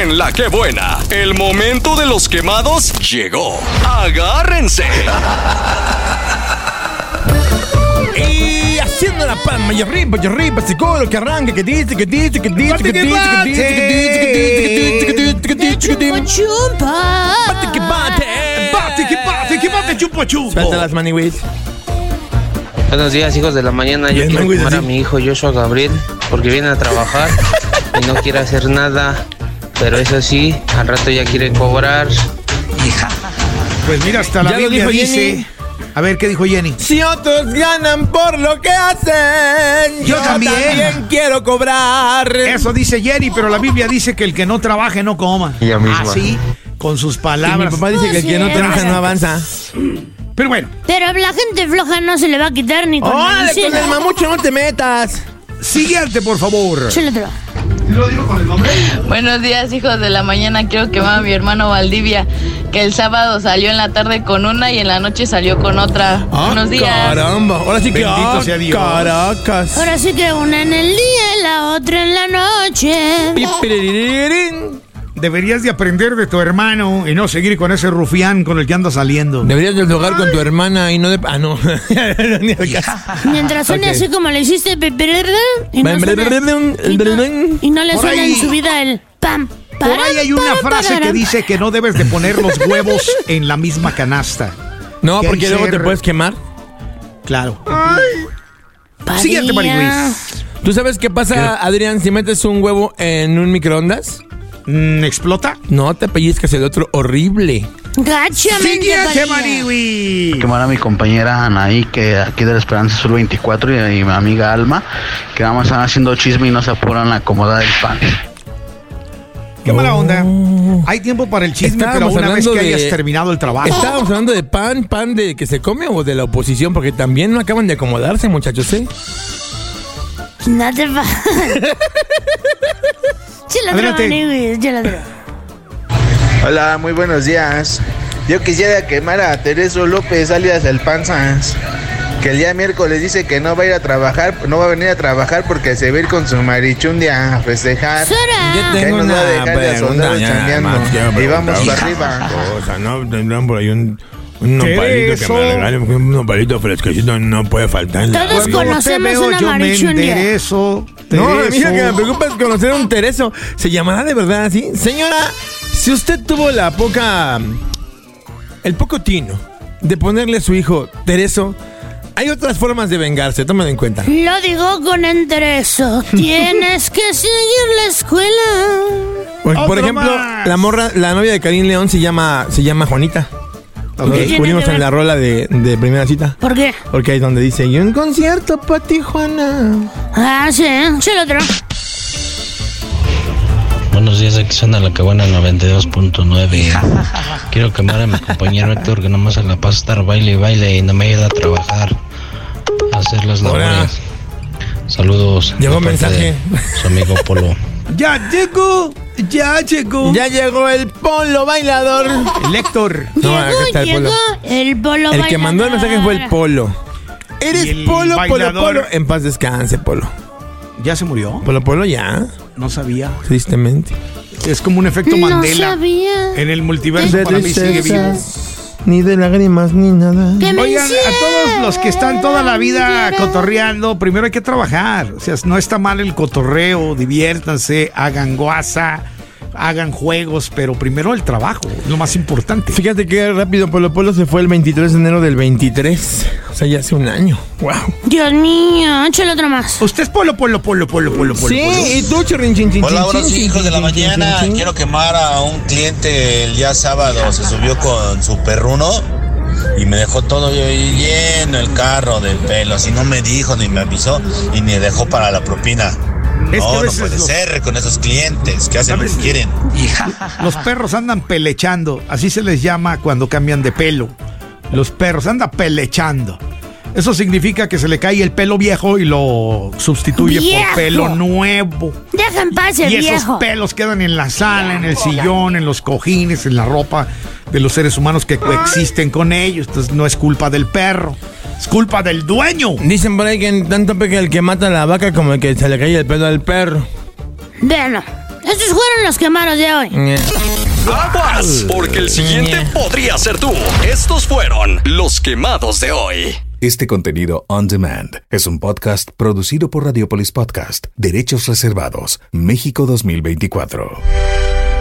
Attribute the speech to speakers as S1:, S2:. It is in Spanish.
S1: En la que buena, el momento de los quemados llegó. Agárrense.
S2: Y haciendo la palma y arriba y arriba, ese coro que arranca, que dice, que dice, que dice, que dice, que dice, que dice, que dice, que dice, que dice, que dice, que dice. Bate que bate.
S3: ¡Bate, que bate, que bate, chupo, chupo!
S2: Suelta las maniwis.
S4: Buenos días, hijos de la mañana.
S2: Bien,
S4: Yo quiero
S2: güey,
S4: quemar a
S2: así.
S4: mi hijo Joshua Gabriel porque viene a trabajar y no quiere hacer nada. Pero eso sí, al rato ya quiere cobrar.
S3: Pues mira, hasta la
S2: Ya lo
S3: Biblia
S2: dijo
S3: dice...
S2: Jenny.
S3: A ver, ¿qué dijo Jenny?
S2: Si otros ganan por lo que hacen,
S3: Yo también.
S2: quiero cobrar.
S3: Eso dice Jenny, pero la Biblia dice que el que no trabaje no coma.
S4: Ella misma.
S3: Así, con sus
S2: Y mi
S3: palabras.
S2: papá dice que el que no trabaja no avanza.
S3: Pero bueno,
S5: Pero la gente floja no se le va a quitar ni con
S2: ¡Órale,
S5: medicina.
S2: con el mamucho no te metas!
S3: siguiente, por favor.
S5: Échale otro.
S6: Buenos días, hijos de la mañana. Quiero que va mi hermano Valdivia, que el sábado salió en la tarde con una y en la noche salió con otra. Buenos días.
S2: caramba! Ahora sí que...
S3: Bendito
S2: ah,
S3: sea Dios.
S2: ¡Caracas!
S5: Ahora sí que una en el día y la otra en la noche.
S2: Pipiriririn.
S3: Deberías de aprender de tu hermano y no seguir con ese rufián con el que anda saliendo.
S2: Deberías de jugar con tu hermana y no de... Ah, no. Ni al caso.
S5: Mientras suene
S2: Ok.
S5: así como le hiciste peppererra, y no, suena- y no- y no le
S3: Por
S5: suena
S3: ahí-
S5: en su vida el pam.
S3: Por ahí hay una frase que dice que no debes de poner los huevos en la misma canasta.
S2: No,
S3: Que hay
S2: porque luego te
S3: ser-
S2: puedes quemar.
S3: Claro. Siguiente,
S5: Siguiente,
S3: Mariluis.
S2: ¿Tú sabes qué pasa, Adrián, si metes un huevo en un microondas?
S3: Mm, ¿Explota?
S2: No te pellizcas el otro horrible.
S5: Gachamente,
S3: Siguiente,
S5: Padilla.
S3: Mariluis.
S7: quemar a mi compañera Anaí, que aquí de la Esperanza Sur 24, y a mi amiga Alma, que nada más están haciendo chisme y no se apuran a acomodar el pan.
S3: Qué mala onda. Hay tiempo para el chisme,
S2: Oh. Estábamos
S3: pero una vez
S2: hablando
S3: que
S2: de- Este
S3: hayas terminado el trabajo.
S2: Estábamos hablando de pan, pan de que se come o de la oposición, porque también no acaban de acomodarse, muchachos, ¿eh?
S5: No te va. Chela otro,
S3: Adelante.
S5: Mariluis, chela otro.
S8: Hola, muy buenos días. Yo quisiera quemar a Tereso López, alias El Panzas, que el día miércoles dice que no va a ir a trabajar, no va a venir a trabajar porque se va a ir con su marichundia a festejar.
S2: Yo
S5: Sora.
S8: Ahí
S2: tengo
S8: nos va a
S2: una
S8: dejar de
S2: pregunta.
S8: soldados
S2: ya nada
S8: chambeando.
S2: más quiero
S8: Y
S2: preguntar
S8: vamos
S2: una
S8: para arriba.
S2: cosa, no tendrán por ahí un, un
S3: ¿Qué
S2: nopalito que
S3: eso?
S2: me regalen, porque un nopalito fresquecito no puede faltar. en la
S5: Todos
S2: vida.
S3: Cuando te
S5: Pues conocemos
S3: veo,
S5: una
S3: yo me
S5: marichundia.
S3: enderezo,
S2: No, a mí
S3: enderezo.
S2: lo que me preocupa es conocer a un Tereso. ¿Se llamará de verdad así? Señora, si usted tuvo la poca. El poco tino de ponerle a su hijo Tereso, hay otras formas de vengarse, tómalo en cuenta.
S5: Lo digo con enderezo. Tienes que seguir la escuela.
S2: Por, por
S3: ¡Otro
S2: ejemplo,
S3: más!
S2: la morra, la novia de Karim León se llama, se llama Juanita. Lo
S5: ¿Qué tiene
S2: descubrimos
S5: que
S2: en
S5: ver?
S2: la rola de, de primera cita.
S5: ¿Por qué?
S2: Porque ahí es donde dice, y un concierto para Tijuana.
S5: Ah, sí, chela otro.
S9: Buenos días, aquí suena la que buena 92.9. Quiero quemar a mi compañero Héctor que nomás se la pasa estar baile y baile y no me ayuda a trabajar, a hacer las
S2: Hola.
S9: labores. Saludos.
S2: Llegó
S9: de
S2: un
S9: parte de
S2: mensaje.
S9: Su amigo Polo.
S3: Ya llegó, ya llegó.
S2: Ya llegó el polo bailador.
S3: El Héctor.
S2: No, acá
S5: llegó,
S2: está el
S5: llegó
S2: polo.
S5: el polo.
S2: El que mandó el
S5: bailador.
S2: mensaje fue el Polo.
S3: Y
S2: Eres
S3: el
S2: Polo, Polo,
S3: bailador.
S2: Polo. En paz descanse, Polo.
S3: ¿Ya se murió?
S2: Polo, Polo ya,
S3: No sabía.
S2: tristemente.
S3: Es como un efecto
S5: No
S3: Mandela.
S5: sabía.
S3: En el multiverso para mí sigue vivo.
S2: ni de lágrimas, ni nada.
S5: Que me
S3: Oigan, a todos los que están toda la vida
S5: hicieran
S3: cotorreando, primero hay que trabajar. O sea, no está mal el cotorreo, diviértanse, hagan guasa, hagan juegos, pero primero el trabajo, lo más importante.
S2: Fíjate que rápido Polo Polo se fue el 23 de enero del 23. O sea, ya hace un año. Wow.
S5: Dios mío, échale otro más.
S3: Usted es polo, polo, polo, polo, polo, polo.
S2: Sí, y tú, chorrin, chin, chin,
S10: Hola,
S2: chin,
S10: buenos
S2: chin,
S10: hijos de la
S2: chin, chin,
S10: mañana.
S2: chin, chin.
S10: Quiero quemar a un cliente el día sábado. Se subió con su perruno y me dejó todo lleno el carro de pelos. Y no me dijo, ni me avisó, y ni dejó para la propina.
S3: que a
S10: No, no
S3: veces
S10: puede
S3: los-
S10: ser con esos clientes que hacen lo que
S3: ¿Sabes?
S10: quieren.
S3: Los perros andan pelechando, así se les llama cuando cambian de pelo. Los perros andan pelechando. Eso significa que se le cae el pelo viejo y lo sustituye
S5: ¡Viejo!
S3: por pelo nuevo.
S5: Deja en paz el
S3: Y esos
S5: viejo.
S3: pelos quedan en la sala, en el sillón, en los cojines, en la ropa de los seres humanos que coexisten con ellos. Entonces no es culpa del perro, es culpa del dueño.
S2: Dicen por ahí que en tanto pega el que mata a la vaca como el que se le cae el pelo al perro.
S5: Bueno, Estos fueron los quemados de hoy.
S2: Eh,
S1: Aguas, porque el siguiente podría ser tú. Estos fueron los quemados de hoy.
S9: Este contenido on demand es un podcast producido por Radiopolis Podcast, Derechos Reservados, México 2024.